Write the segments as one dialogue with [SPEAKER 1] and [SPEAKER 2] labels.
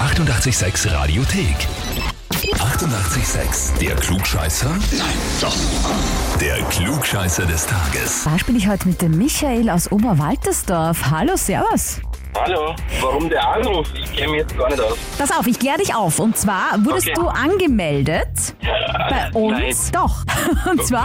[SPEAKER 1] 886 Radiothek. 88,6. Der Klugscheißer? Nein, doch. Der Klugscheißer des Tages.
[SPEAKER 2] Da spiele ich heute mit dem Michael aus Oberwaltersdorf. Hallo, servus.
[SPEAKER 3] Hallo, warum der Anruf? Ich kenne mich jetzt gar nicht aus.
[SPEAKER 2] Pass auf, ich kläre dich auf. Und zwar wurdest
[SPEAKER 3] Okay.
[SPEAKER 2] du angemeldet bei uns. Doch. Und zwar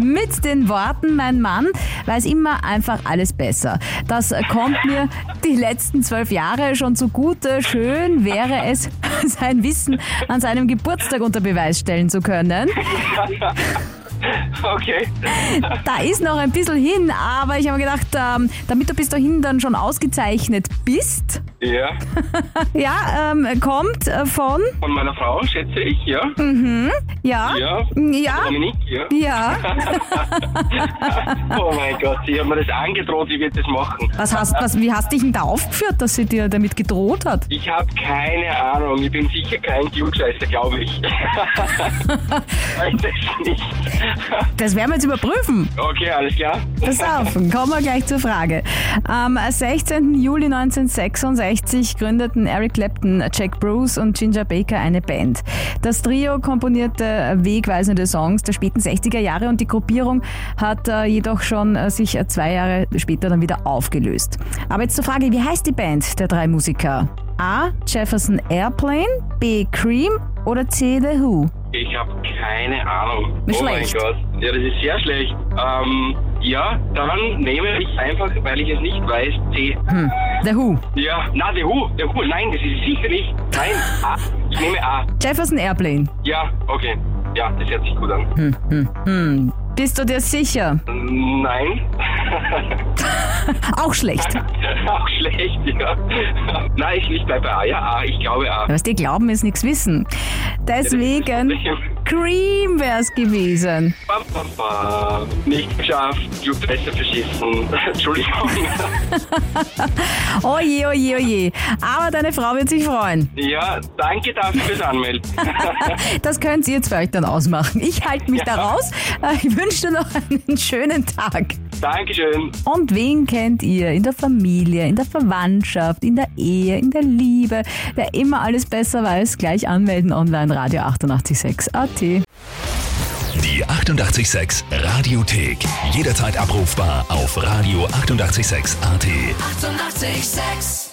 [SPEAKER 2] mit den Worten, mein Mann weiß immer einfach alles besser. Das kommt mir die letzten zwölf Jahre schon zugute. Schön wäre es, sein Wissen an seinem Geburtstag unter Beweis stellen zu können.
[SPEAKER 3] Okay.
[SPEAKER 2] Da ist noch ein bisschen hin, aber ich habe mir gedacht, ähm, damit du bis dahin dann schon ausgezeichnet bist,
[SPEAKER 3] Ja,
[SPEAKER 2] ja, ähm, kommt äh, von,
[SPEAKER 3] von meiner Frau schätze ich, ja.
[SPEAKER 2] ja,
[SPEAKER 3] Ja.
[SPEAKER 2] ja,
[SPEAKER 3] Dominik, ja.
[SPEAKER 2] ja.
[SPEAKER 3] Oh mein Gott, sie hat mir das angedroht, ich werde das machen.
[SPEAKER 2] Was hast, was, wie hast dich denn da aufgeführt, dass sie dir damit gedroht hat?
[SPEAKER 3] Ich habe keine Ahnung, ich bin sicher kein Klugscheißer, glaube ich. Weiß es nicht.
[SPEAKER 2] Das werden wir jetzt überprüfen.
[SPEAKER 3] Okay, alles klar.
[SPEAKER 2] Pass auf, kommen wir gleich zur Frage. Am 16. Juli 1966 gründeten Eric Clapton, Jack Bruce und Ginger Baker eine Band. Das Trio komponierte wegweisende Songs der späten 60er Jahre und die Gruppierung hat äh, jedoch schon äh, sich äh, zwei Jahre später dann wieder aufgelöst. Aber jetzt zur Frage, wie heißt die Band der drei Musiker? A. Jefferson Airplane, B. Cream oder C. The Who?
[SPEAKER 3] Ich habe keine Ahnung.
[SPEAKER 2] Ist
[SPEAKER 3] oh
[SPEAKER 2] schlecht.
[SPEAKER 3] mein Gott. Ja, das ist sehr schlecht. Ähm, ja, dann nehme ich einfach, weil ich es nicht weiß, C.
[SPEAKER 2] The Who.
[SPEAKER 3] Ja, na, der Hu, der Hu, nein, das ist sicher nicht. Nein, A. Ich nehme A.
[SPEAKER 2] Jefferson Airplane.
[SPEAKER 3] Ja, okay. Ja, das hört sich gut an.
[SPEAKER 2] Bist du dir sicher?
[SPEAKER 3] Nein.
[SPEAKER 2] Auch schlecht.
[SPEAKER 3] Auch schlecht, ja. Nein, ich, ich bleibe bei A. Ja, A, ich glaube A.
[SPEAKER 2] Was die glauben, ist nichts wissen. Deswegen,
[SPEAKER 3] Ja, das ist das
[SPEAKER 2] Cream wär's gewesen.
[SPEAKER 3] Bam, bam, bam. Nicht geschafft, du besser verschissen. Entschuldigung.
[SPEAKER 2] Oje, oje, oje. Aber deine Frau wird sich freuen.
[SPEAKER 3] ja, danke dafür fürs Anmelden.
[SPEAKER 2] Das könnt ihr jetzt für euch dann ausmachen. Ich halte mich da raus. Äh, Ich wünsche dir noch einen schönen Tag.
[SPEAKER 3] Dankeschön.
[SPEAKER 2] Und wen kennt ihr in der Familie, in der Verwandtschaft, in der Ehe, in der Liebe, der immer alles besser weiß? Gleich anmelden online Radio 886 AT.
[SPEAKER 1] Die 88,6 Radiothek. Jederzeit abrufbar auf radio886.at. 88,6.
[SPEAKER 4] Eighty-eight, sex.